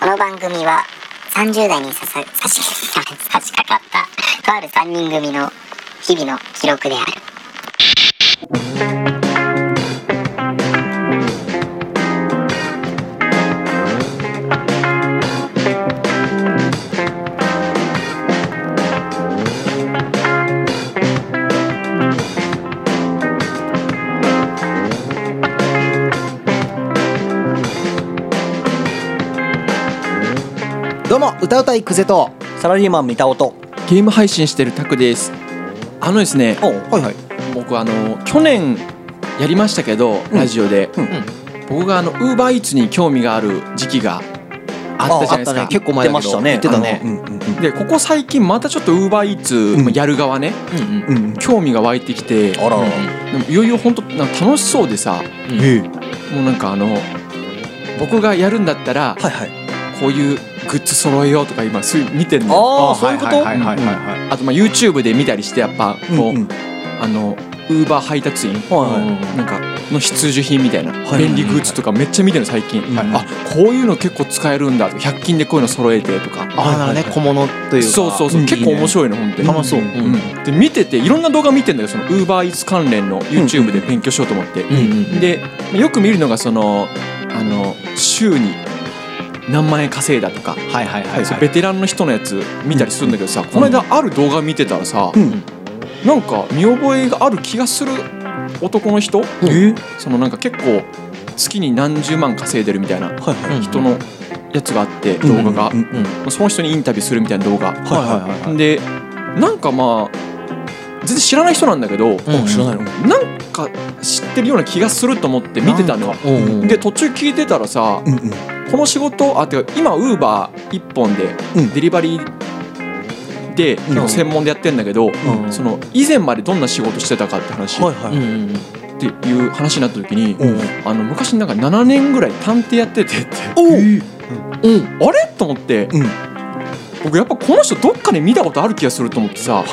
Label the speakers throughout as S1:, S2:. S1: この番組は30代にささ差し差し掛かったとある3人組の日々の記録である
S2: どうも歌うたいクゼと
S3: サラリーマン三田音
S4: ゲーム配信してるタクですあのですね
S3: お
S2: はいはい
S4: 僕あの去年やりましたけど、ラジオで、
S2: うん
S4: 僕があのウーバーイーツに興味がある時期があったじゃないですか、
S2: 結構前だけど
S3: 言ってましたね
S2: 言ってた
S4: あの
S2: ね
S4: でここ最近またちょっとウーバーイーツやる側ね、
S2: うんうんうん
S4: 興味が湧いてきて
S2: あらら
S4: でもいよいよ本当なんか楽しそうでさ
S2: ええ
S4: もうなんかあの僕がやるんだったら
S2: はいはい
S4: こういうグッズ揃えようとか今す見てるのよ
S3: ああそういうこと
S2: いはいは
S5: はい
S2: い
S4: あとまあ YouTube で見たりしてやっぱ
S2: うん
S4: こう、
S2: うん
S4: あのウーバー配達員
S3: はいはい
S4: なんかの必需品みたいな
S2: はい
S4: 便利グッズとかめっちゃ見てるの最近、
S2: はい
S4: あこういうの結構使えるんだとか100均でこういうの揃えてとか
S5: ああなるほどね小物というか
S4: そうそうそう、
S2: うん
S4: 結構面白いの本当に
S2: 楽しそう
S4: うんで見てていろんな動画見てんだよそのウーバーイーツ関連の YouTube で勉強しようと思って、でよく見るのがそのあの週に何万円稼いだとか、
S5: はいはいはい
S4: そう
S5: はい
S4: ベテランの人のやつ見たりするんだけどさ、この間ある動画見てたらさ、
S2: ん
S4: なんか見覚えがある気がする男の人、
S2: え
S4: そのなんか結構月に何十万稼いでるみたいな
S2: はいはい
S4: 人のやつがあって
S2: うん
S4: 動画が、
S2: うんうん
S4: その人にインタビューするみたいな動画、
S2: はいはい
S5: はい
S4: でなんかまあ全然知らない人なんだけど、
S2: あ知らないの
S4: なんか知ってるような気がすると思って見てたのよ
S5: うんうん
S4: で途中聞いてたらさ
S2: うんうん
S4: この仕事あてか今ウーバー一本で
S2: うん
S4: デリバリーで結構専門でやってんだけど、
S2: ん
S4: その以前までどんな仕事してたかって話
S2: はい
S4: っ
S2: は
S5: うん
S2: い
S5: うん
S4: ていう話になった時に、
S2: おう
S4: あの昔なんか7年ぐらい探偵やっててって
S2: おう
S5: うん
S4: あれと思って
S2: うん
S4: 僕やっぱこの人どっかで見たことある気がすると思ってさ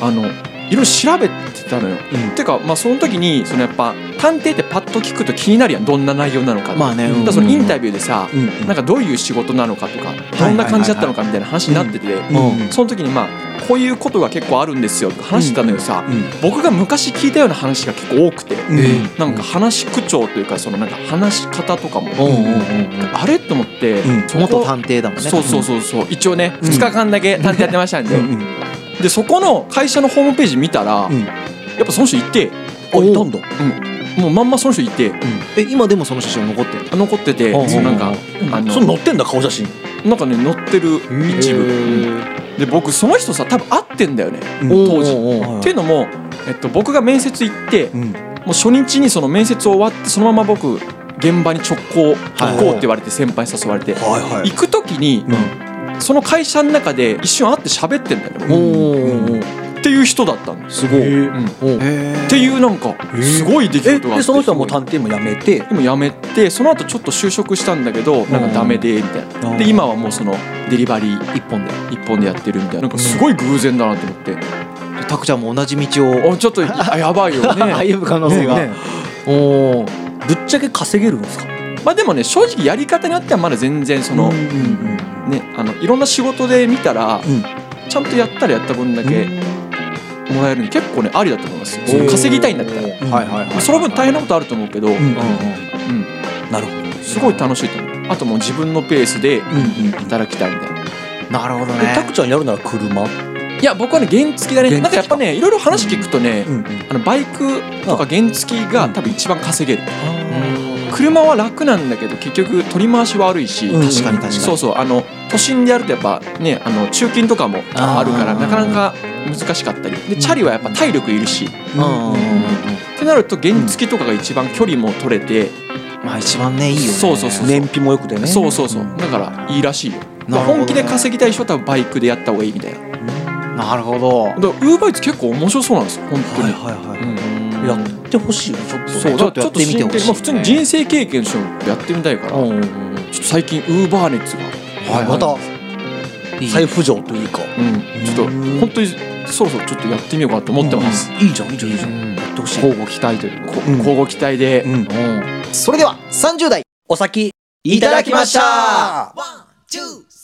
S4: あのいろいろ調べてたのよ。
S2: うん
S4: てかまあその時にそのやっぱ探偵ってパッと聞くと気になるやんどんな内容なのかって
S5: まあね
S4: だ
S5: うん
S4: からそのインタビューでさ
S2: うん
S4: なんかどういう仕事なのかとかどんな感じだったのかみたいな話になってて
S2: うんうん
S4: その時にまあこういうことが結構あるんですよとか話してたのよさ
S2: うん
S4: 僕が昔聞いたような話が結構多くて
S2: うん
S4: なんか話口調というかそのなんか話し方とかも
S5: うんうんうん
S4: あれと思って
S2: うん
S4: そこ
S5: 元探偵だもんね
S4: そうそうそうそう一応ね
S2: うん
S4: 2日間だけ探偵やってましたんで
S2: うんうん
S4: でそこの会社のホームページ見たら
S2: うん
S4: やっぱその人いて
S2: あいたんだ
S4: もうまんまその人いて
S5: え今でもその写真残ってるの
S4: 残ってて
S5: おうおうおう
S4: そのなんかあ
S2: そ
S4: の
S2: れ載ってんだ顔写真
S4: なんかね載ってる一部で僕その人さ多分会ってんだよね
S2: うん
S4: 当時
S2: はい
S4: っていうのもえっと僕が面接行って
S2: うん
S4: もう初日にその面接終わってそのまま僕現場に直行
S2: はい
S4: 直行って言われて先輩に誘われて
S2: はいはい
S4: 行く時にその会社の中で一瞬会って喋ってんだよ
S2: お
S4: ね
S2: お
S4: っていう人だったの
S2: すごい
S4: うんっていうなんかすごい出来
S2: え
S4: 事があっ
S2: で
S4: て
S2: その人はもう探偵もやめて
S4: でも辞めてその後ちょっと就職したんだけどなんかダメでみたいなで今はもうそのデリバリー一本で一本でやってるみたいななんかすごい偶然だなと思って
S5: タクちゃんも同じ道を
S4: おちょっとあやばいよね
S5: 歩む可能性が
S4: ね
S5: おー
S2: ぶっちゃけ稼げるんですか
S4: まあでもね正直やり方によってはまだ全然その
S2: うんうんうん
S4: ねあのいろんな仕事で見たら
S2: うん
S4: ちゃんとやったらやった分だけもらえるんで結構ねありだと思いますその稼ぎたいんだったら
S5: おーはいはいはい
S4: その分大変なことあると思うけど、
S2: ん
S4: うん
S2: なるほど
S4: すごい楽しいと思うあともう自分のペースで
S2: うんうん
S4: 働きたいみたいな
S5: なるほど
S2: えタ
S5: ね
S2: クちゃんやるなら車
S4: いや僕はね原付だね
S2: 原付か
S4: なんかやっぱねいろいろ話聞くとね、
S2: ん
S4: あのバイクとか原付が多分一番稼げる、
S5: うん
S4: 車は楽なんだけど結局取り回しは悪いし、
S2: うん
S5: 確かに確かに
S4: そうそうあの都心でやるとやっぱねあの中金とかもあるから
S5: あー
S4: なかなか難しかったりでチャリはやっぱ体力いるし、
S5: うんうんうんうん
S4: ってなると原付とかが一番距離も取れて、
S5: まあ一番ねいいよね
S4: そうそうそう
S2: 燃費も良くてね
S4: そうそうそう
S2: うん
S4: だからいいらしいよ、
S5: なるほどね
S4: 本気で稼ぎたい人は多分バイクでやった方がいいみたいなだか
S5: なるほど
S4: らウーバーイーツ結構面白そうなんですよ本当
S2: は
S4: に、
S2: いはいはい
S4: うん
S2: やってほしいよちょっと
S4: そう
S5: ちょっと
S4: だから
S5: やってみてほしいね
S4: ちょっと真剣にまあ普通に人生経験としてやってみたいから、ちょっと最近ウーバー熱が、
S2: はいまた再浮上というか
S4: うん、ちょっと本当にそろそろちょっとやってみようかなと思ってます、
S2: いいじゃんいいじゃんいいじゃんやってほしい
S5: 互期待という
S4: こう交互期待で、
S2: うん
S5: うん
S2: それでは30代お先
S5: いただきました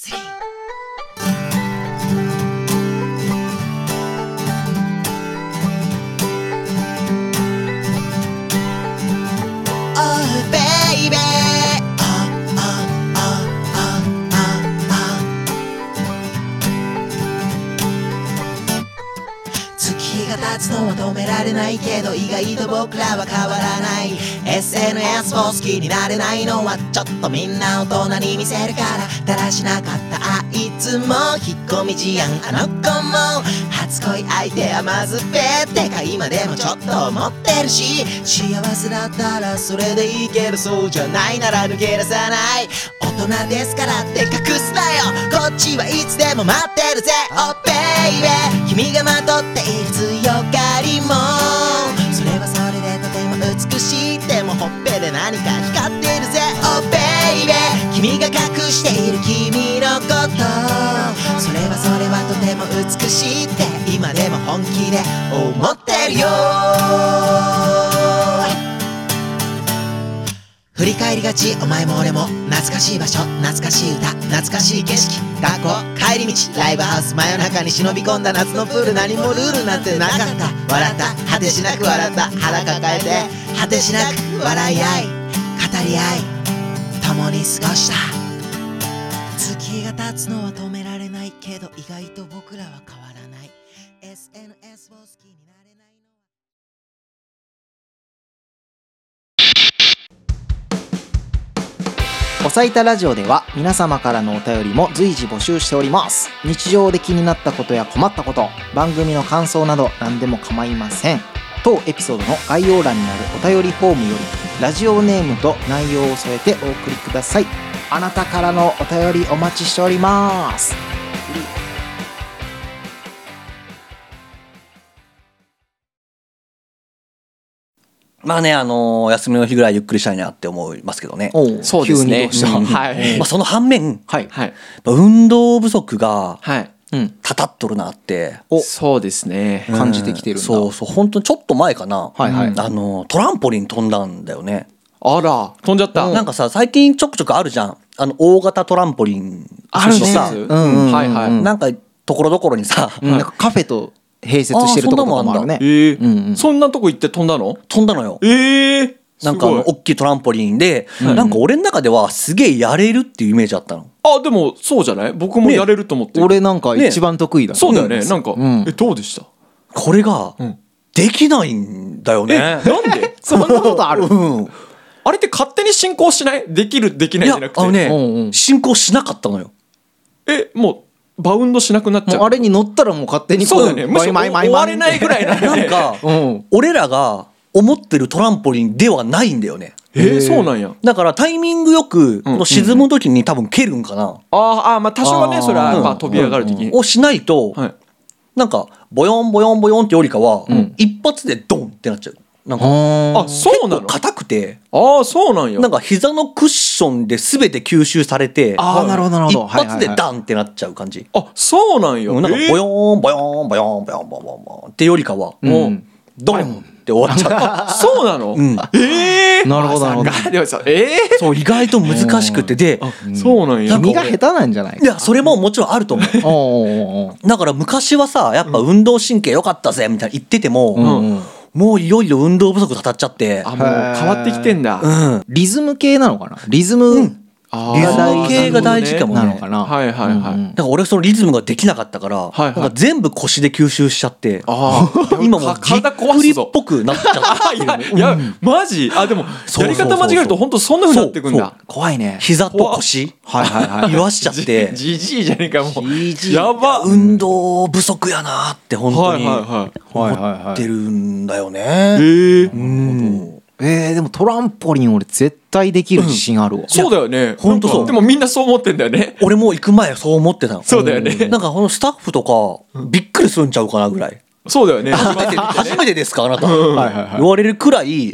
S3: Uh, Uh, 月が経つのは止められないけど意外と僕らは変わらない SNS も好きになれないのはちょっとみんな大人に見せるからだらしなかったあいつも引っ込み思案あの子も初恋相手はまずべってか今でもちょっと思ってるし幸せだったらそれでいいけどそうじゃないなら抜け出さない大人ですからって隠すなよこっちはいつでも待ってるぜ Oh baby 君がまとっている強がりもそれはそれでとても美しいでもほっぺで何か光っているぜ Oh baby 君が隠している君のことそれはそれはとても美しいって今でも本気で思ってるよ振り返りがちお前も俺も懐かしい場所懐かしい歌懐かしい景色学校帰り道ライブハウス真夜中に忍び込んだ夏のプール何もルールなんてなかった笑った果てしなく笑った腹抱えて果てしなく笑い合い語り合い共に過ごした月が経つのは止められないけど意外と僕らは変わらない SNS を好きになれないの
S2: おさいたラジオでは皆様からのお便りも随時募集しております日常で気になったことや困ったこと番組の感想など何でも構いません当エピソードの概要欄にあるお便りフォームよりラジオネームと内容を添えてお送りくださいあなたからのお便りお待ちしております
S6: まあね、あのー休みの日ぐらいゆっくりしたいなって思いますけどね。
S2: おう
S4: そうですね。
S2: 急にどうした、
S4: うんはい
S6: まあ、。その反面、
S4: はい。はい。
S6: 運動不足が
S4: はい。
S6: たたっとるなって
S4: そうですね。
S2: 感じてきてるんだ
S6: そうそう、本当にちょっと前かな。
S2: はいはい
S6: あのートランポリン飛んだんだよね。
S4: あら、飛んじゃった。
S6: なんかさ、最近ちょくちょくあるじゃん。あの、大型トランポリン。
S4: あるね。
S6: さ、
S4: うんはいはい。
S6: なんか、ところどころにさ、
S2: なんかカフェと併設してるとことかもあるね
S4: ええそんなとこ行って飛んだの
S6: 飛んだのよ。
S4: ええ
S6: なんかあの、大きいトランポリンで、なんか俺の中ではすげえやれるっていうイメージだったの。
S4: あ、でも、そうじゃない僕もやれると思ってる。
S2: 俺なんか一番得意だ、
S4: そうだよね。なんか
S2: ん、
S4: え、どうでした
S6: これが
S4: ん、
S6: できないんだよ
S4: え、
S6: ね。
S4: なん で
S2: そんなことある、
S6: うん。
S4: あれって勝手に進行しないできる、できないい
S6: や
S4: じゃなく、て。
S6: あの
S2: うんう
S6: ね、
S2: ん
S6: 進行しなかったのよ。
S4: え、もう、バウンドしなくなっちゃ
S2: も
S4: う。
S2: うあれに乗ったらもう勝手にこ
S4: そうだよね。むしろ
S2: マイ
S4: 終
S2: マイマイマイ
S4: われないぐらいな
S6: なん
S4: で。
S6: か、
S2: うん
S6: 俺らが思ってるトランポリンではないんだよね。
S4: えー、そうなんや。
S6: だからタイミングよく、この沈む時に多分蹴るんかな。
S4: あーあー、まあ多少は
S2: あー
S4: ね、それは、まあ飛び上がるときに。
S6: をしないと、
S4: はい。
S6: なんか、ボヨンボヨンボヨンってよりかは、一発でドンってなっちゃう。なんか、
S4: あ、そうなの
S6: 硬くて、
S4: ああ、そうなんや
S6: な。んか膝のクッションで全て吸収されて、
S2: ああなるほどなるほど
S6: 一発で
S2: はいはいはい
S6: ダンってなっちゃう感じ。
S4: あ、そうなんや。
S6: うんなんか、
S4: えー
S6: ボヨンボヨンボヨンボヨンボヨンボヨンボヨンってよりかは、
S2: う
S6: もうんドンって終わっちゃう。
S4: そうなの
S6: うん
S4: ええ
S2: なるほどなるほど
S4: でもさ、ええ
S6: そう、意外と難しくて、で、
S4: そうなんや。
S2: 君が下手なんじゃない
S6: いや、それももちろんある と思う。
S2: おうおうおう
S6: だから昔はさやっぱ運動神経良かったぜみたいな言ってても、
S2: うん
S6: もういよいよ運動不足たたっちゃって
S4: あ、もう変わってきてんだ。
S6: うん
S2: リズム系なのかなリズム
S4: あー
S6: リズム系が大事かもね
S2: なのかな、
S4: はいはいはい。
S6: だから俺そのリズムができなかったから、
S4: はいはい
S6: なんか全部腰で吸収しちゃって
S4: ああ
S6: 今もうぎっ
S4: 体壊
S6: くり
S4: す
S6: っ
S4: ぞ。
S6: ぽくなっちゃった
S4: いや、 いやマジあ、でも、
S6: そうそ
S4: や
S6: う
S4: り
S6: そうそう
S4: 方間違えると、本当そんな風になってくんだ。
S2: 怖いね
S6: 膝と腰
S2: はいはいはい
S6: 言わしちゃって
S4: じじいじゃねえか、もう。
S2: じじい
S4: やば。はい
S6: 運動不足やなって本当
S4: はい
S6: に
S4: はい。
S2: はいはいは
S6: 出
S2: い
S6: るんだよね、
S4: ええ
S6: うん
S2: えー、でもトランポリン俺絶対できる自信あるわ、
S4: そうだよね。
S6: ほんとそう
S4: なんかでもみんなそう思ってんだよね。
S6: 俺も行く前そう思ってたの
S4: そうだよね
S6: んなんかこのスタッフとかびっくりするんちゃうかなぐらい
S4: そうだよね。
S6: 初めてですかあなた
S2: はいはいはい
S6: 言われるくらい、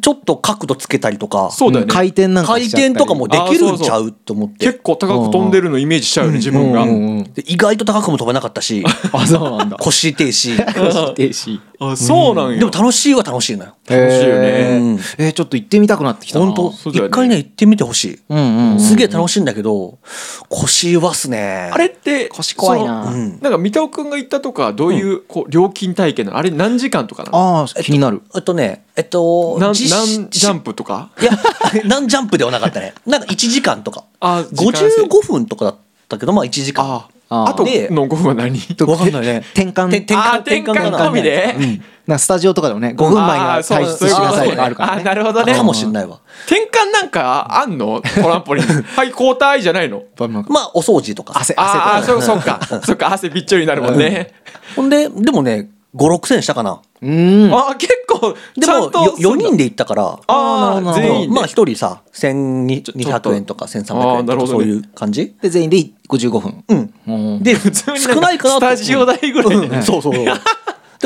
S6: ちょっと角度つけたりとか、
S4: そうだよね。
S2: 回転なんか
S6: 回
S2: しちゃった
S6: 転
S2: り
S6: とかもできるんちゃ
S4: あそう
S6: と思って
S4: 結構高く飛んでるのイメージしちゃうよね、自分が。
S2: うんうんうん
S6: で意外と高くも飛べなかったし
S2: あそうなんだ
S6: 腰痛いし
S2: 腰停止
S4: あそうなんや
S6: でも楽しいは楽しいのよ。
S4: 楽しいよ
S2: え
S4: ね
S6: うん
S2: ーえーちょっと行ってみたくなってきたな
S6: 本当
S4: そうだよね
S6: 一回ね行ってみてほし
S2: うんうんう
S6: い。
S2: ん
S6: すげえ楽しいんだけど腰言わすね。
S4: あれって
S2: 腰怖い
S6: その
S2: な
S6: うん
S4: なんか三田尾君が行ったとかどういうこう料金体験なのあれ何時間とかなの
S2: ああ気になる
S6: えっとねえっと
S4: 何何ジ
S6: 実施
S4: ャンプとか
S6: いや 何ジャンプではなかったね。なんか1時間とか
S4: あ時間制
S6: 55分とかだったけどまあ1時間。
S4: あ
S2: あ
S4: あ
S2: ー
S4: あと
S6: で
S4: の5分は何
S6: わかんないね。
S2: 転換
S6: て転
S4: あー
S6: 換
S4: 転換
S6: 転換
S4: 込みで
S2: なんかスタジオとかでもね5分前には
S4: あーそう
S2: 退出してくださいとかあるか
S4: あ
S2: ら
S4: な
S2: ね
S4: るほどね
S6: かもしんないわ。
S4: 転換なんかあんのトラン ポリンはい交代じゃないの
S2: やっぱなんか
S6: まあお掃除とか。
S2: 汗汗と
S4: ああ
S2: か
S4: そそっかそっか汗びっちょりになるもんね
S6: ほんででもね5,6,000したかな。
S2: うー ん
S4: あー結構
S6: で
S4: ちゃん
S6: も
S4: と
S6: よ4人
S4: で
S6: で行ったから。
S4: ああ
S2: なるほど
S4: 全員で
S6: まあ一人さ
S4: ちょっ
S6: 1200
S4: と
S6: 円とか
S4: あ
S6: 1300
S4: ー
S6: 円と
S4: なる
S6: か
S4: ほど
S6: そ
S4: ね
S6: ういう感じ
S2: で全員で15分
S6: うん
S2: うん
S6: で
S4: 普通にん
S6: 少ないかな
S4: ス
S6: と
S4: タジオ代ぐらいじゃ
S6: う
S4: なんい
S6: そうそうで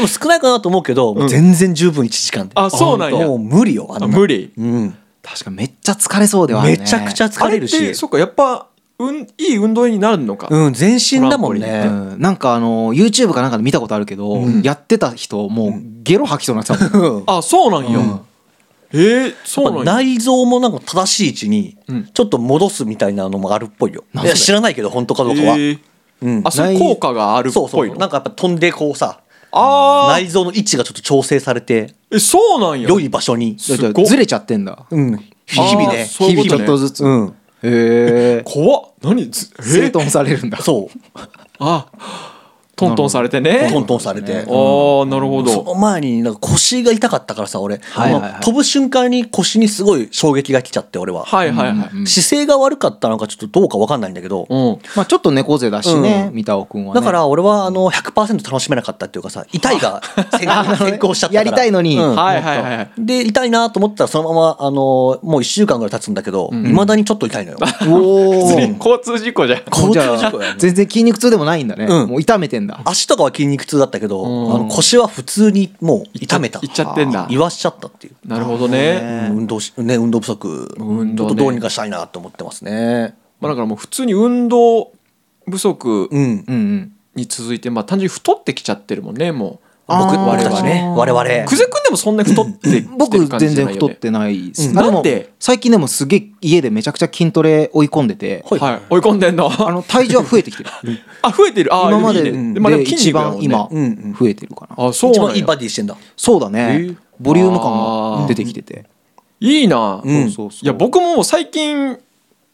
S6: も少ないかなと思うけどもう全然十分1時間で
S4: あそうなんや
S6: もう無理よあ
S4: あ
S6: んな
S4: 無理
S6: うん
S2: 確かめっちゃ疲れそうではある
S6: め
S2: ね
S6: ちゃくちゃ
S4: あ
S6: 疲
S4: れ
S6: れ
S4: っ
S6: るして
S4: そっかやっぱうんいい運動になるのか
S6: うん全身だもん
S2: う
S6: ね
S2: んなんかあの YouTube かなんかで見たことあるけどやってた人もうゲロ吐きそうになっ てたもん
S6: うん
S4: あそうなんやえーそう
S6: やっぱ
S4: なんや
S6: 内臓もなんか正しい位置に
S4: うん
S6: ちょっと戻すみたいなのもあるっぽいよ
S2: な
S6: い
S2: んで
S6: や知らないけど本当かどうかは
S4: えー
S6: うん
S4: あそれ
S2: 内
S4: 効果があるっ
S6: そうそ
S4: ぽいうの
S6: なんかやっぱ飛んでこうさ
S4: あ
S6: 内臓の位置がちょっと調整されて
S4: あえそうなんや
S6: 良い場所に
S4: すごっ
S2: ずれちゃってんだ
S6: うん日々
S4: あー
S6: ね
S4: そういうことね
S2: 日々ちょっとずつ
S6: うん
S2: へえ
S4: 怖っ何ずえ
S2: 整頓されるんだ
S6: そう
S4: あトントンされてね
S6: トントンされて
S4: あーなるほ
S6: その
S4: ど
S6: 前になんか腰が痛かったからさ俺、
S2: はいはいはい
S6: あの飛ぶ瞬間に腰にすごい衝撃が来ちゃって俺は、
S4: はいはいはい
S6: 姿勢が悪かったのかちょっとどうか分かんないんだけど、
S4: うん
S2: まあちょっと猫背だしね
S6: うん
S2: 三田尾君はね
S6: だから俺はあの100%楽しめなかったっていうかさ痛いが先行先行しちゃったから
S2: やりたいのに
S6: うん
S4: はいはいはい
S6: で痛いなと思ったらそのままあのもう1週間ぐらい経つんだけどいま、未だにちょっと痛いのよ
S2: おお
S4: 普通に交通事故じゃん
S6: 交
S2: じ
S6: 通
S2: ゃ
S6: 事故や
S2: あ全然筋肉痛でもないんだね
S6: うん
S2: もう痛めてんだ
S6: 足とかは筋肉痛だったけど、
S4: ん
S6: あの腰は普通にもう痛めた
S4: いっちゃってんだ
S6: 言わしちゃったっていう
S4: なるほどね
S6: 運動し、ね、運動不足、
S4: 運
S6: ち
S4: 動
S6: ょ
S4: ね
S6: っとどうにかしたいなと思ってますね。
S4: まあだからもう普通に運動不足
S6: うん
S2: う。んうん
S4: に続いてまあ単純に太ってきちゃってるもんねも
S6: 僕、
S2: あー
S6: 僕たちね、我
S4: う
S6: 々。
S4: 久世君でもそんなに太ってきて
S2: 僕
S4: る感じ
S2: 全
S4: じゃ
S2: 然
S4: ない
S2: 太
S4: よ
S2: っ
S4: ね
S2: てないです、
S4: うん
S2: あで
S4: な
S2: も
S4: んで
S2: 最近でもすげえ家でめちゃくちゃ筋トレ追い込んでて
S6: ほい
S4: はい追い込んでんの
S2: あの体重は増えてきてる
S4: あ増えてる あー
S2: 今まで
S4: いいねまあで
S2: で
S4: も筋肉
S2: 一
S4: だもん
S2: 番
S4: ね
S2: 今
S6: うんうん
S2: 増えてるかな
S4: あそう
S6: 一
S4: なん
S6: 番
S4: や
S6: いいバディしてんだ。
S2: そうだね
S4: え
S2: ボリューム感が出てきてて
S4: いいな、
S6: うん
S2: そうそうそう
S4: いや僕も最近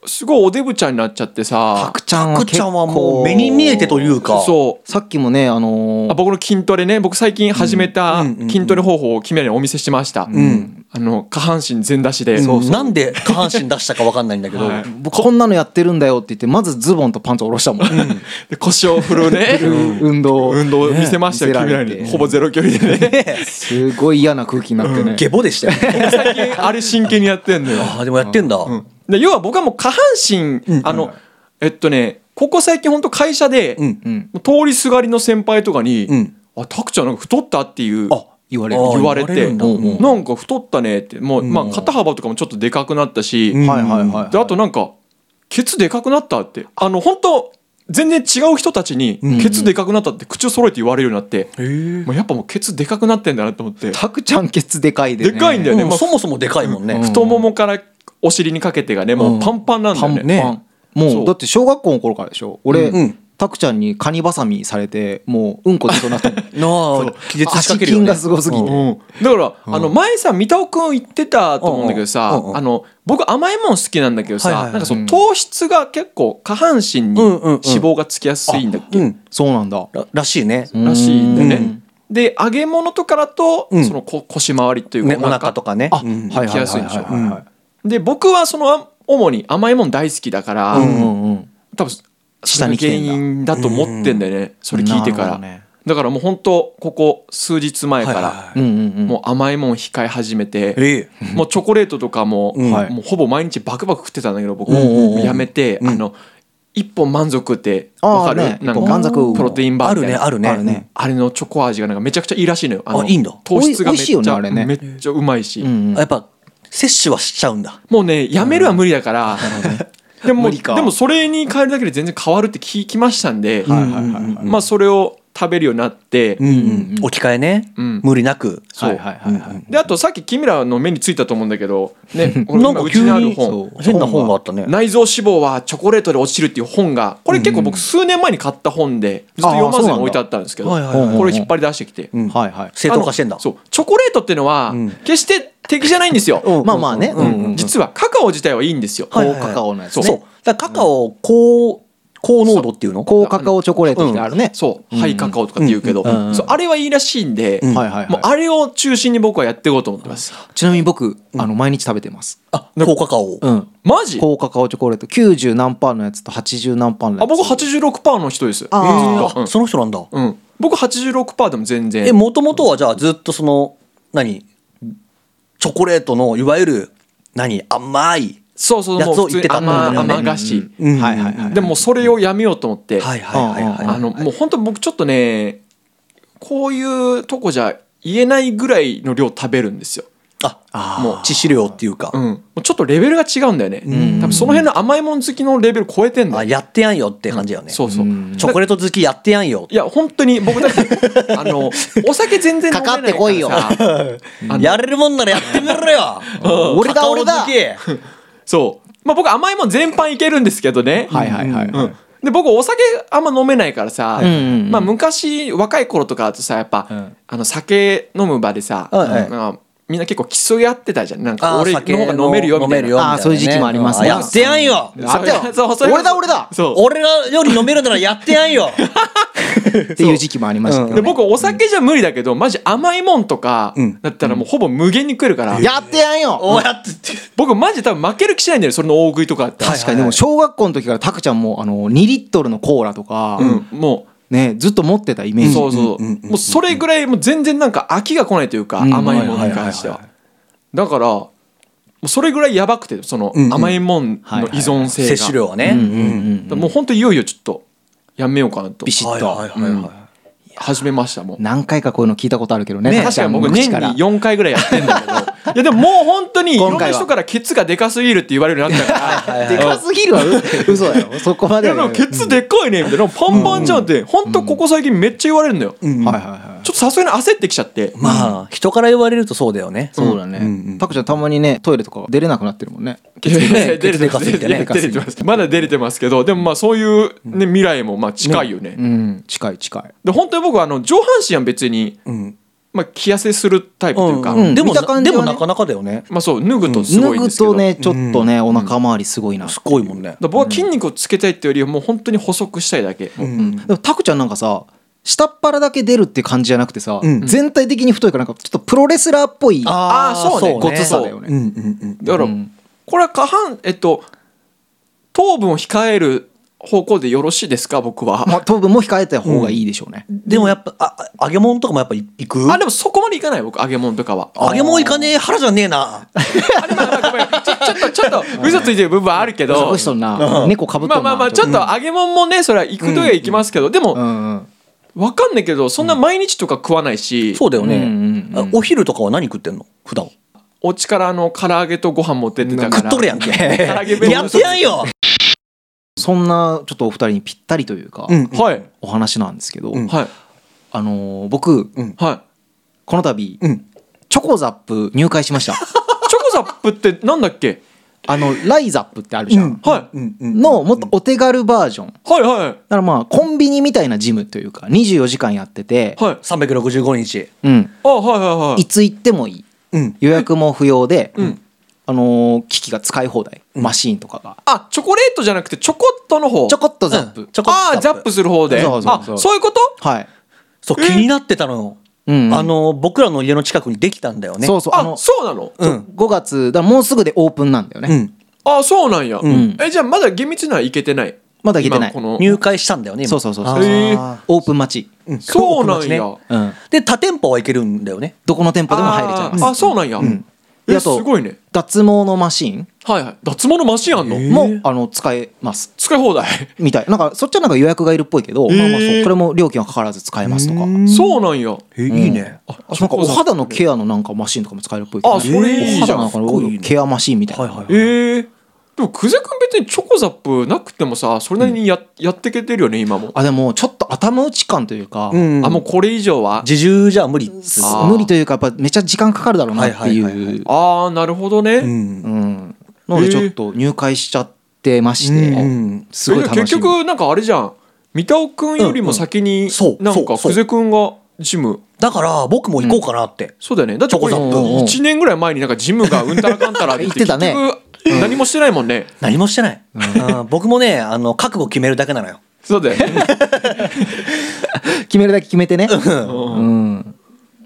S4: すごいおデブちゃんになっちゃってさ
S2: パクちゃんは
S6: く
S2: 結
S6: ちゃん
S2: 構
S6: はもう目に見えてというか。
S4: そう
S2: さっきもねあのー
S4: あ僕の筋トレね僕最近始めた
S6: うんうんうんうん
S4: 筋トレ方法を君らにお見せしました、
S6: ん
S4: あの下半身全出しで、
S6: うんなんで下半身出したかわかんないんだけど。
S4: はい
S2: 僕こんなのやってるんだよって言ってまずズボンとパンツを下ろしたもん、
S4: で腰を振るね
S2: 運動
S4: 運動を見せましたよ、
S2: ね
S4: 君ら
S2: 見せられ
S4: に
S2: て
S4: ほぼゼロ距離でね
S2: すごい嫌な空気になってね、
S6: ゲボでした よね。
S4: 最近あれ真剣にやってんのよ
S6: ああ、でもやってんだ。うん
S4: で要は僕はもう下半身あのえっとねここ最近本当会社で、
S6: うん
S2: うん
S4: 通りすがりの先輩とかに「
S6: うん
S4: あタクちゃんなんか太った」っていう
S6: あ
S2: 言われ
S6: 言
S2: る
S4: 言わ
S6: わ
S4: れ
S6: れ
S4: て
S6: るんだ。うん
S4: なんか太ったねってもう、まあ、肩幅とかもちょっとでかくなったし、
S6: うん
S2: はいはいはい
S4: であとなんか「ケツでかくなった」ってあの本当全然違う人たちに「ケツでかくなった」って口を揃えて言われるようになって、もうやっぱもうケツでかくなってんだなと思って
S2: タクちゃんケツでかいで、ね、
S4: でかいんだよね、
S6: うん
S4: まあ
S6: そもそもでかいもんね。
S4: 太ももからお尻にかけてがねもうパンパンなんだ
S2: パ
S4: よ
S2: ン
S4: ね。
S2: パン、もうだって小学校の頃からでしょ俺、
S6: うん
S2: タクちゃんにカニバサミされてもううんこ出 そうになったもん
S6: なあ、気絶しか
S2: 足
S6: けるよ
S2: 筋
S6: ね
S2: が。すごすぎて、
S4: うん、だから、あの前さ三田尾君言ってたと思うんだけどさ、
S6: うんうん
S4: あの僕甘いもん好きなんだけどさ、
S6: はいはいはい
S4: なんかその糖質が結構下半身に
S6: うんうんう
S4: 脂
S6: ん
S4: 肪がつきやすいんだっけ、
S6: うん。
S2: そうなんだ
S6: ららしいね。
S4: らしいんだよね。
S6: うん
S4: で揚げ物とかだと、
S6: うん
S4: そのこ腰回りというか、
S6: ねお腹とかね。
S2: あ、
S6: うん
S2: はいはいはいはい
S4: 行きやすいでしょ
S2: はいはい
S4: で僕はそのあ主に甘いもん大好きだから、
S2: うんうんうん
S4: 多分
S2: 下に来
S4: それ
S2: て
S4: が
S2: ん
S4: 原
S2: だ
S4: 因だと思ってんだよね、それ聞いてか
S2: な
S4: ら、
S2: るほどね
S4: だからもう本当ここ数日前から、
S6: はいはいはい
S2: うんうんうん
S4: もう甘いもん控え始めて、
S6: え
S4: もうチョコレートとかも,、
S6: うん
S2: はい
S4: もうほぼ毎日バクバク食ってたんだけど僕
S2: んうんうん
S4: やめて、
S6: うん
S4: あの一本満足って
S2: あー
S4: わかる、
S2: ね
S4: なんか
S2: 一本満足
S4: プロテイ
S6: え。
S4: ンバ
S6: あ
S4: ーみ
S6: るね、
S4: たいな
S6: あるね。
S2: あるね
S4: あれのチョコ味がなんかめちゃくちゃいいらしいのよあの
S6: あいいんだ
S4: 糖質がめっちゃ
S2: おい美味しいよねあれね
S4: めっちゃうまいし、
S2: うんうん
S6: やっぱ摂取はしちゃうんだ。
S4: もうねやめるは無理だ から、 でも
S2: 無理か
S4: でもそれに変えるだけで全然変わるって聞きましたんで、
S2: はいはいはいはい
S4: まあそれを食べるようになって、
S6: うんうん置き換えね、
S4: うん
S6: 無理なく
S4: そう
S2: はいはいはいはい。
S4: であとさっき君らの目についたと思うんだけど ね俺
S6: なんか
S4: 今うち
S6: 急
S4: にある
S6: に
S4: 本
S6: そう変な本があったね
S4: 内臓脂肪はチョコレートで落ちるっていう本がこれ結構僕数年前に買った本でずっと読まずに置いてあったんですけど
S6: あーそうなんだはいはい
S2: はい
S4: これ引っ張り出してきて
S6: うん
S2: はいはい。
S6: 正当化してんだ
S4: そうチョコレートってのは
S6: うん
S4: 決して敵じゃないんで すよ
S2: まあまあね。うんうん。
S4: 実はカカオ自体はいいんですよ
S2: 高
S6: はいはい
S2: カカオのやつ
S6: そ
S2: ね。
S6: うだからカカオ高高濃度っていうの
S2: 高カカオチョコレートってあるね。
S4: そうハイカカオとかって言うけど
S2: うんうん
S4: そうあれはいいらしいんで
S6: うん
S2: はいはいはい
S4: もうあれを中心に僕はやっていこうと思ってます
S2: ちなみに僕、あの、毎日食べてます。
S6: あ高カカオ
S2: うん。
S4: マジ
S2: 高カカオチョコレート90何パーのやつと80何パーのやつ。
S4: あ僕86%の人です
S6: え
S2: あ
S6: ーあその人なんだ
S4: うん、僕86%でも全然
S6: えもともとはじゃあずっとその何チョコレートのいわゆる何甘い
S4: そうそう
S6: やつ
S4: も
S6: を
S4: う
S6: 言
S4: 普通
S6: って
S4: に
S6: た
S4: 甘,、
S6: うん
S4: 甘菓子、
S6: うん
S2: はいはいはい。
S4: でもそれをやめようと思って、
S6: はいはいはいはい
S4: あのもう本当僕ちょっとねこういうとこじゃ言えないぐらいの量食べるんですよ、
S6: あ
S2: あー
S6: もう致死量っていうか
S4: うん、もうちょっとレベルが違うんだよね、多分その辺の甘いもん好きのレベル超えてんだ
S6: あ
S4: よ、
S6: やってやんよって感じだよね
S4: そうそう、
S2: うん
S6: チョコレート好きやってやんよ
S4: いや本当に僕だって あのお酒全然飲めないからさ
S2: かかってこいよ
S4: あの
S6: やれるもんならやってみろよ
S2: 俺だ俺だ
S6: カカオ好き
S4: そう、まあ、僕甘いもん全般いけるんですけどね
S2: はいはいはいはい。
S4: で僕お酒あんま飲めないからさ、
S2: うんうんうん
S4: まあ、昔若い頃とかだとさやっぱ、
S2: ん
S4: あの酒飲む場でさ、
S6: はいはい
S4: なんかみんな結構競い合ってたじゃんなんか
S6: あー
S4: 俺の
S6: 酒
S4: 方が飲めるよみたいな。
S2: あーそういう時期もありますね
S6: ねやってやんよ
S2: あったよ
S4: そうそう
S2: 俺だ俺だ
S4: そう
S6: 俺がより飲めるならやってやんよ
S2: っていう時期もありましたけど
S4: で
S2: ね。
S4: 僕お酒じゃ無理だけどマジ甘いもんとか
S6: うん
S4: だったらもうほぼ無限に食えるから、
S2: やってやんよ
S6: おやってって
S4: 僕マジ多分負ける気しないんだよそれの大食いとかあったら
S2: 確かにでも小学校の時からタクちゃんもあの2リットルのコーラとか、
S4: うん、も
S2: ねずっと持ってたイ
S4: う、
S2: メージ
S4: そうそう,、
S6: うんうんうんうん
S4: もうそれぐらいもう全然なんか飽きが来ないというか、
S2: うん
S4: 甘いものに関しては,、だからもうそれぐらいやばくてその
S6: うんうん
S4: 甘いもんの依存性が、
S6: 摂取量はね
S2: うんうんうん
S4: もう本当いよいよちょっとやめようかなと
S2: ビシッと、
S6: はいはいはいはい
S4: 始めましたもん、
S2: 何回かこういうの聞いたことあるけどねタク
S4: 確
S2: ち
S4: か
S2: ゃ
S4: に
S2: んの
S4: 僕年
S2: 口
S4: に
S2: から
S4: 4回ぐらいやってんだけどいやでももう本当にいろんな人からケツがでかすぎるって言われるようになったから
S2: でかすぎるわう 嘘だよそこま
S4: い
S2: で
S4: やで
S2: は
S4: もケツでかいねみたいなパンパンじゃんって本当ここ最近めっちゃ言われるんだよ、
S6: うん
S2: はいはいはい
S4: ちょっとさすがに焦ってきちゃって、
S6: まあ人から言われるとそうだよね
S2: そうだね、
S6: うんうん
S2: タクちゃんたまにねトイレとか出れなくなってるもんね
S4: いやいやいや
S6: ケ
S4: 出
S6: ツで
S4: れて
S6: か
S4: ますす
S6: ぎ
S4: 出
S6: てね
S4: れてますまだ出れてますけどでもまあそういう、ね、未来もまあ近いよね
S2: うん近い近い
S4: で本当に僕はあの上半身は別に、
S6: うん
S4: まあ、着痩せするタイプというか、
S2: うん
S6: でも
S2: 見た
S6: な
S2: 感じ
S6: で
S2: はね
S6: もなかなかだよね
S4: まあそう脱ぐとす
S2: 脱
S4: ごいんで
S2: ぐ
S4: すけど、
S2: とねちょっとね、お腹周りすごいな、
S6: すごいもんね
S4: だから僕は筋肉をつけたいっていうよりはもう本当に細くしたいだけ、
S2: うんでもタクちゃんなんかさ下っ腹だけ出るって感じじゃなくてさ、
S6: うん
S2: 全体的に太いからなんかちょっとプロレスラーっぽい
S6: あーそうね
S2: ごつさだよね
S6: うんうんうん
S4: だから、
S2: うん
S4: これは下半えっと糖分を控える方向でよろしいですか僕は、
S2: まあ、糖分も控えた方がいいでしょうね、
S6: でもやっぱああ揚げ物とかもやっぱいいく
S4: あでもそこまでいかない僕揚げ物とかは
S6: 揚げ物いかねえ腹じゃねえな
S4: あれまあまあごめんちょちょっとちょっと嘘ついてる部分はあるけど
S2: 美味しそうな猫かぶっ
S4: ま
S2: と
S4: あ
S2: んな
S4: まあまあちょっと揚げ物もねそれは行くとはいきますけど、で
S2: う
S4: も
S2: んうん
S4: わかんないけどそんな毎日とか食わないし、
S6: そうだよ
S2: うん
S6: ね
S2: うんうん
S6: あお昼とかは何食ってんの普段
S4: お家からあの唐揚げとご飯持ってってたから
S6: 食っとるやんけ
S4: 唐揚げ弁当
S6: やってやんよ
S2: そんなちょっとお二人にぴったりというか、
S6: うん
S4: はい
S2: お話なんですけど、
S6: うん
S4: はい
S2: あのー僕
S4: はい
S2: この度、
S6: うん
S2: チョコザップ入会しました
S4: チョコザップってなんだっ け
S2: あのライザップってあるじゃん、
S4: はい
S6: うんうん
S2: のもっとお手軽バージョンだか
S4: はいはい
S2: らまあコンビニみたいなジムというか24時間やってて、
S4: はい
S6: 365日
S2: うん、
S4: あはいはいはい
S2: いつ行ってもいい
S6: うん
S2: 予約も不要で、
S4: ん
S2: あのー機器が使い放題、マシーンとかが
S4: あチョコレートじゃなくてチョコットの方
S2: ちょこっとザップ、
S6: ちょこっと
S4: ああーザップする方で
S2: そうそうそう
S4: あそういうこと
S2: はい、
S6: そう気になってたのよ
S2: うんうん
S6: あの僕らの家の近くにできたんだよね
S2: そうそうあ
S4: あ
S2: の
S4: そうなの
S6: うん
S2: 5月だからもうすぐでオープンなんだよね、
S6: うん
S4: あそうなんや、
S2: ん
S4: えじゃあまだ厳密にはいけてない
S2: まだ行けてない
S4: 今この
S6: 入会したんだよね今
S2: そうそうそう
S6: あ
S2: そう
S6: ー
S4: へ
S6: ー
S4: ー
S2: オープン待ち、
S6: うん
S4: そうなん
S6: 今
S4: や
S6: 日友達ね
S2: うん、
S6: で他店舗はいけるんだよね
S2: どこの店舗でも入れちゃいます
S4: あーあそうなんや、
S2: で
S4: え
S2: あ
S4: す
S2: と
S4: ごいね
S2: 脱毛のマシーン
S4: はいはい脱毛のマシンあんの、もう
S2: もあの使えます
S4: 使い放題
S2: みたいなんかそっちはなんか予約がいるっぽいけど、まあまあそうこれも料金はかからず使えますとか、うん
S4: そうなんや
S6: えいいね
S2: なんかお肌のケアのなんかマシーンとかも使えるっぽいけど、
S4: あそれいいじゃん
S2: お肌のなんかのケアマシーンみたいな、
S6: はいはい
S4: えー、でも久世君別にチョコザップなくてもさそれなりにや,、やってけてるよね今も
S2: あでもちょっと頭打ち感というか、
S6: うん
S4: あもうこれ以上は
S6: 自重じゃ無理っす
S4: あー
S2: 無理というかやっぱめちゃ時間かかるだろうなってい
S6: はいはいはいは
S2: う
S4: ああなるほどね、
S6: うん
S2: うんなのでちょっと入会しちゃってまし
S6: う
S2: て
S6: ん
S2: すごい
S4: えで
S2: 楽
S4: も
S2: しみ
S4: 結局なんかあれじゃん三田尾君よりも先に
S6: そう
S4: なんか
S6: そうそう
S4: 久世君がジム
S6: だから僕も行こうかなって
S4: そうだよねだってこれ
S6: チョコ
S2: ザップ
S4: 1年ぐらい前になんかジムがうんたらかんたらって言って
S2: 言ってたね
S4: 結局何もしてないもんね
S6: 何もしてないあー僕もねあの覚悟決めるだけなのよ
S4: そうだよね
S2: 決めるだけ決めてねうん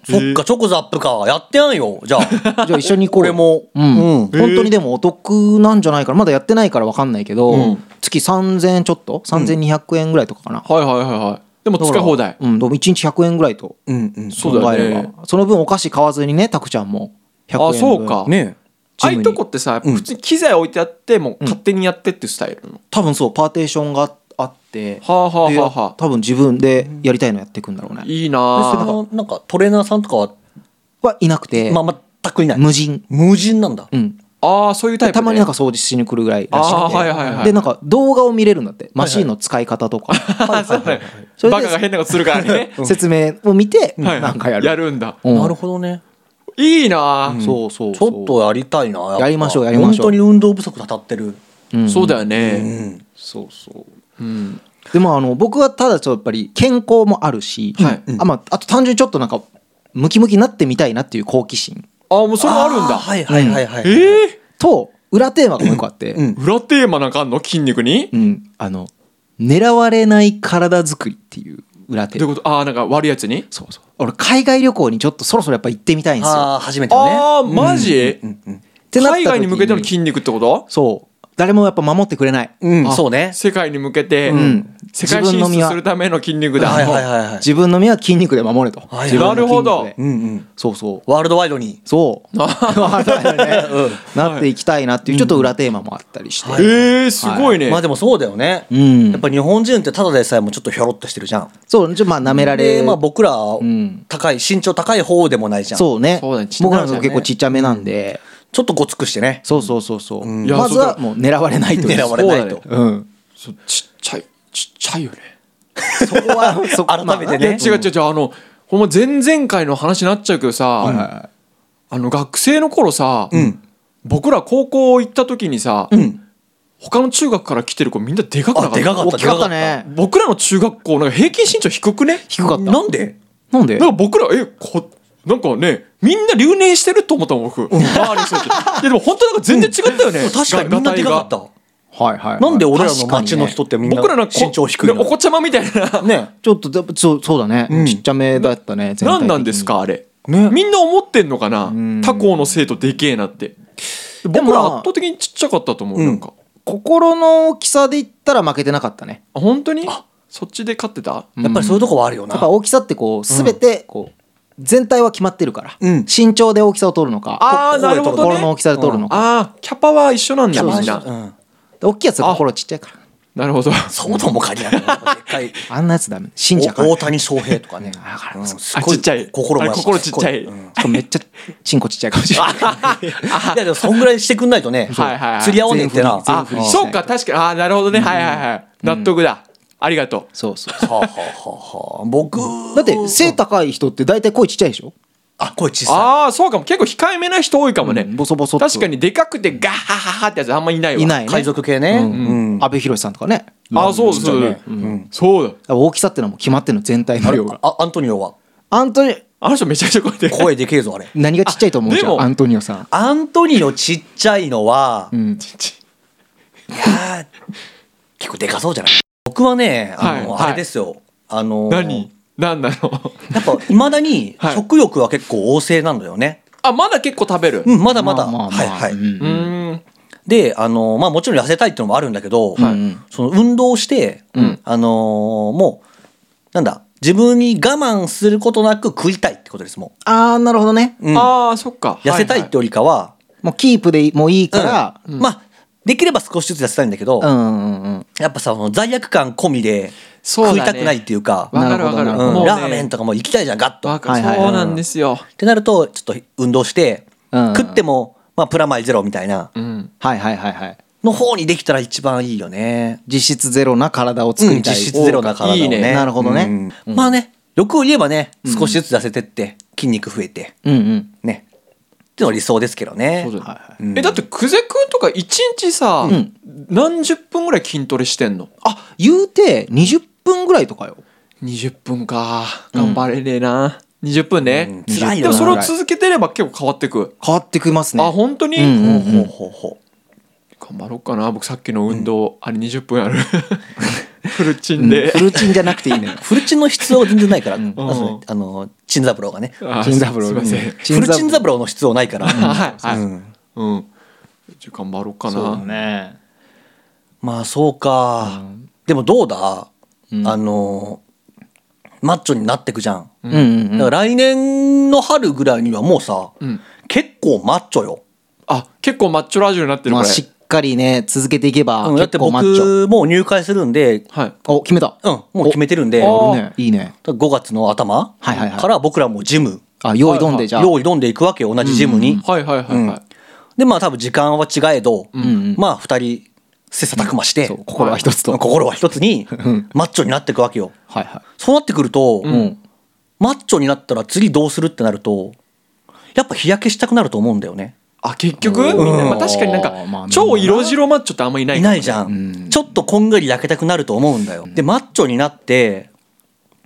S6: そっかチョコザップかやってやんよじゃ あ
S2: じゃあ一緒に行こう
S6: これも
S2: う
S6: う
S2: ん
S6: ん
S2: 本当にでもお得なんじゃないかなまだやってないから分かんないけど、
S4: うん
S2: 月3000円ちょっと3200円ぐらいとかかな、
S4: はいはいはいはいでも
S2: だか
S4: 使
S2: ら
S4: い放題
S2: うんでも1日100円ぐらいと
S6: うんうん
S4: そ
S2: 考
S4: うだ
S2: えれば
S4: よ
S2: そ,、
S4: ね
S2: の分お菓子買わずにねタクちゃんも100円分
S4: あそうか
S6: ね
S4: ああ
S2: ジ
S4: い
S2: ム
S4: う
S2: に
S4: とこってさやっぱ普通に機材置いてあってもう勝手にやってっていうスタイルなの、
S2: 多分そうパーテーションがあって、
S4: はあはあ
S2: で
S4: はあはあ
S2: 多分自分でやりたいのやっていくんだろうね
S4: いいな
S6: それ
S4: あ
S6: のなんかトレーナーさんとかは
S2: はいなくて、
S6: まあ全くいない
S2: 無人
S6: 無人なんだ
S2: うん
S4: あーそういうタイプ、ね、
S2: たまになんか掃除しに来るぐらいらしくて、
S4: あーはいはいはい
S2: でなんか動画を見れるんだってマシンの使い方とか、
S4: あそうだよ
S2: それ
S4: バ
S2: で
S4: カが変なことするからね
S2: 説明を見て
S4: はい
S2: なんかやる、
S4: やるんだ
S2: うん
S6: なるほどね
S4: いいなあ、
S2: そうそう
S6: ちょっとやりたいなっぱ
S2: やりましょうやりましょう
S6: 本当に運動不足たたってる
S4: そうだよ
S6: う
S4: ね、
S6: ん
S2: そうそう
S4: うん
S2: でもあの僕はただちょっとやっぱり健康もあるし、
S4: はい
S2: あまあ、あと単純にちょっとなんかムキムキになってみたいなっていう好奇心
S4: あもうそれもあるん
S6: ー
S4: だ、
S6: はいはいはいはい
S4: ええ
S2: と裏テーマがもう一個あって、
S6: うん
S4: 裏テーマなんかあんの筋肉に、
S2: うんあの狙われない体作りっていう裏テー
S4: どうい
S2: マ
S4: うことああなんか悪いやつに
S2: そうそう俺海外旅行にちょっとそろそろやっぱ行ってみたいんですよ
S6: ああ初めてね
S4: ああマジ、
S6: うんうん
S2: ってなった
S4: 海
S2: 時
S4: 外に向けての筋肉ってこと
S2: そう誰もやっぱ守ってくれない、
S6: うん
S4: あ
S6: そうね
S4: 世界に向けて、
S2: ん
S4: 世界進
S2: 自分の身
S4: 出
S2: は
S4: するための筋肉だ、
S6: はいはいはいはい
S2: 自分の身は筋肉で守れと、
S6: はい
S2: 自分の筋
S4: なる
S2: 肉で
S4: ほど
S6: うんうん
S2: そうそう
S6: ワールドワイドに
S2: そうなっていきたいなっていうちょっと裏テーマもあったりして、
S6: はい
S4: えー、すごいね、
S6: まあでもそうだよね
S2: うん
S6: やっぱ日本人ってただでさえもちょっとひょろっとしてるじゃん
S2: そうちょっとまあ舐められ
S6: でまあ僕ら
S2: ん
S6: 高い身長高い方でもないじゃん
S2: そうね
S4: そうだねちっちゃい
S2: 僕なんか結構ちっちゃめなんで、
S6: ちょっとごつくしてね
S2: そうそうそうそう、
S4: いや
S2: まずはもう狙われないという
S6: 狙われないと
S2: そうだねうん
S4: そうちっちゃいちっちゃいよね
S2: そこは そこ
S6: 改めて
S4: いや
S6: ね
S4: 違う違う違うあのほんま前々回の話になっちゃうけどさ、あの学生の頃さ、僕ら高校行った時にさ、他の中学から来てる子みんなでかくなか
S6: あ
S4: った
S6: でかかった
S2: 大きかったね
S4: 僕らの中学校なんか平均身長低くね
S2: 低かった
S6: なんで
S2: なんで
S4: なんか僕らえこなんかねみんな留年してると思ったもん僕周りの人たちいやでも本当なんか全然違ったよ ね、
S6: 確かにみんなでかかった
S2: はいはい
S6: なんで俺らの街の人ってみんな
S4: 僕らなんかこ
S6: 身長低い
S4: ねお
S6: の
S4: 子ちゃまみたいな、
S6: ね
S2: ちょっとだそうそうだね、ちっちゃめだったね全体的に
S4: 何なんですかあれ、
S6: ね
S4: みんな思ってんのかな他校の生徒でけえなって
S2: でも
S4: 僕ら
S2: ま
S4: 圧
S2: あ
S4: 倒的にちっちゃかったと思う、
S6: うん
S4: なんか
S2: 心の大きさで言ったら負けてなかったね
S4: あ本当にそっちで勝ってた
S6: やっぱりそういうとこはあるよな
S2: やっぱ大きさってこう全てこう全体は決まってるから、
S6: うん
S2: 身長で大きさを取るのか
S4: あーなるほどね
S2: 心の大きさで取るのか、
S4: あーキャパは一緒なんだ
S2: キャパは
S4: みん
S2: 一緒
S4: な、
S6: うん
S2: 大きいやつは心ちっちゃいから
S4: なるほど
S6: そうとも限ら ないでっかい
S2: あんなやつダメ信者か
S6: 大谷翔平とかね
S2: だから
S6: うんす
S4: あ
S6: ご
S4: ちっちゃい
S6: 心もや
S4: あ
S6: ぱ
S4: 心ちっちゃい
S6: うん
S2: しかもめっちゃチンコちっちゃいかもしれない
S6: いやでもそんぐらいしてくんないと ね
S4: はいはいはい
S6: 釣り合わねえってな
S2: 全
S6: あ
S4: あ
S2: 振りしない
S4: そうか確かにあーなるほどね、はいはいはい納得だ、ありがと
S2: そうそう
S6: はあはあはあはあ僕
S2: だって背高い人って大体声ちっちゃいでしょ
S6: あ声小
S4: う
S6: さ
S4: ああそうかも結構控えめな人多いかもね、
S2: うんボソボソっと
S4: 確かにでかくてガッハハハってやつあんまいないわ
S2: いないいね
S6: 海賊系ねうん
S2: 阿部寛さんとかね
S4: あーそうそう、
S6: うん
S4: そうだ
S2: 大きさってのはもう決まってるの全体の量が
S6: あアントニオは
S2: アントニ
S4: あの人めちゃくちゃこうやって
S6: 声でけえぞあれ
S2: 何がちっちゃいと思う
S4: あ
S2: じゃ
S4: でも
S2: んアントニオさん
S6: アントニオちっちゃいのは、い
S2: ん
S6: やー結構でかそうじゃない僕はねあの、
S4: はいはい
S6: あれですよあのー
S4: 何何なの
S6: やっぱいまだに
S4: はい
S6: 食欲は結構旺盛なんだよね、
S4: あまだ結構食べる
S6: うんまだまだ、
S2: まあまあまあ
S6: はいはい、
S2: うん
S4: うーん
S6: であのーまあもちろん痩せたいっていうのもあるんだけど、
S2: はい
S6: その運動して、
S4: ん
S6: あのーもうなんだ自分に我慢することなく食いたいってことですも
S2: ああなるほどね
S6: う、うん、
S4: ああそっか
S6: 痩せたいってよ
S4: は
S6: りかは、
S2: もうキープでもいいから
S6: うんまあできれば少しずつ痩せたいんだけど、
S2: うんうんうん
S6: やっぱさその罪悪感込みで
S4: そうだ
S6: 食
S4: ね
S6: いたくないっていうか
S4: いはいわかるわかる
S2: なる
S6: うん
S4: もうね
S6: ラーメンとかも行きたいじゃんガッと。
S4: わ
S6: っ
S4: か
S2: はいはいはい
S4: そうなんですよ
S6: てなるとちょっと運動して、
S2: うん
S6: 食っても、まあ、プラマイゼロみたいな
S4: うん
S2: はいはいはいはい
S6: の方にできたら一番いいよね。
S2: 実質ゼロな体を作りたい、
S6: 実質ゼロな体をね。
S4: いいね
S2: なるほどね
S6: うんまあね、欲を言えばね、少しずつ痩せてって、筋肉増えて、
S2: うんうん
S6: ね。っていうのが理想ですけどね。
S4: そうだよね
S6: うん
S4: えだって久世君とか一日さ、
S2: ん
S4: 何十分ぐらい筋トレしてんの
S2: あ言うて20分ぐらいとかよ
S4: 20分か頑張れねえな、20分ね、
S6: うん辛いよ
S4: で
S6: な
S4: もそれを続けてれば結構変わってく、
S2: 変わってきますね
S4: あ本当に、
S2: うんうん
S6: ほうほうほ
S4: 頑張ろうかな僕さっきの運動、あれ20分ある フルチン
S2: うん
S4: で
S2: フ、ルチンじゃなくていいのよ
S6: う。 フルチンの必要は全然ないから、
S2: ん
S6: あそうねあの、チンザブローがね。
S4: あ
S2: チンザブロー
S4: すいません、
S6: フルチンザブローの必要ないから。
S4: はいはい、
S6: うん
S4: うん。じゃあ頑張ろうかな。
S2: ね
S6: まあそうか、でもどうだ、あのマッチョになってくじゃん、
S2: うんうんうん
S6: だから来年の春ぐらいにはもうさ、
S4: ん
S6: 結構マッチョよ、
S4: あ、結構マッチョラジオになってる
S2: ま
S4: こ
S2: あ
S4: れ。
S2: しっかりね続けていけば
S6: うんだっ
S2: 結
S6: て
S2: 構マッチョ
S6: 僕もう入会するんで、
S4: はい。
S2: お決めた
S6: うん、もう決めてるんで
S4: お
S6: 5
S4: あ
S2: ねいいね
S6: 月の頭
S2: はいはいはい
S6: から僕らもジム
S2: あ用意どんでじゃあ
S6: 用意どんでいくわけよ同じジムに、
S4: はいはいはいはい。
S6: でまあ多分時間は違えど、
S2: ん
S6: まあ2人切磋琢磨して、
S2: そう心は一つと
S6: うん心は一つにマッチョになっていくわけよ
S2: はいは
S6: そうなってくると、
S2: いうん
S6: マッチョになったら次どうするってなるとやっぱ日焼けしたくなると思うんだよね
S4: あ、結局、みんなまあ確かになんか、
S2: まあ
S4: 超色白マッチョってあんまいない
S6: い
S4: から
S6: ないじゃん、ちょっとこんがり焼けたくなると思うんだよ、でマッチョになって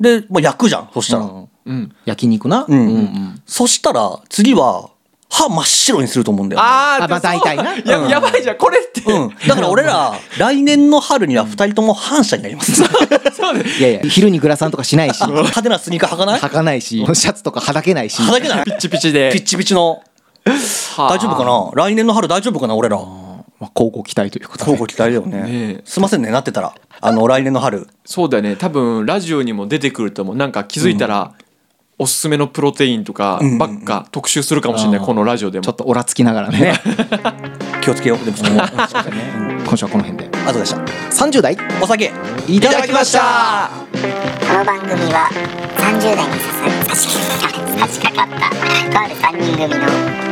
S6: で、まあ、焼くじゃんそしたら、
S2: うん
S4: うん。
S2: 焼肉な
S6: うん
S2: うん
S6: そしたら次は歯真っ白にすると思うんだよ、
S4: あー
S2: あまあ
S4: でもそう
S2: 大体な
S4: ややばいじゃんこれって、
S6: うん、だから俺ら来年の春には2人とも反射になります
S4: そうね
S2: いやいや昼にグラサンとかしな いし履
S6: 派手なスニーカー履かない履
S2: かないしシャツとかはだけないし
S6: かない
S4: ピッチピチで
S6: ピッチピチの
S4: はあ
S6: 大丈夫かな来年の春大丈夫かな俺ら乞
S2: まあ交互期待ということ
S6: うご期待だよね
S4: ねえ
S6: すいませんねなってたらあの来年の春
S4: そうだよね多分ラジオにも出てくると思うなんか気づいたら、おすすめのプロテインとかばっか特集するかもしれない、
S2: あー
S4: このラジオでも
S2: ちょっとオラつきながらね
S6: 気をつけようでもその うん
S2: 今週はこの辺で
S6: あとでした。
S2: 30代
S6: お酒
S2: いた
S6: いた
S2: だ
S6: だ
S2: き
S6: き
S2: ま
S6: ま
S2: し
S6: したた
S1: この番組は30代にささ差し掛かったとある3人組の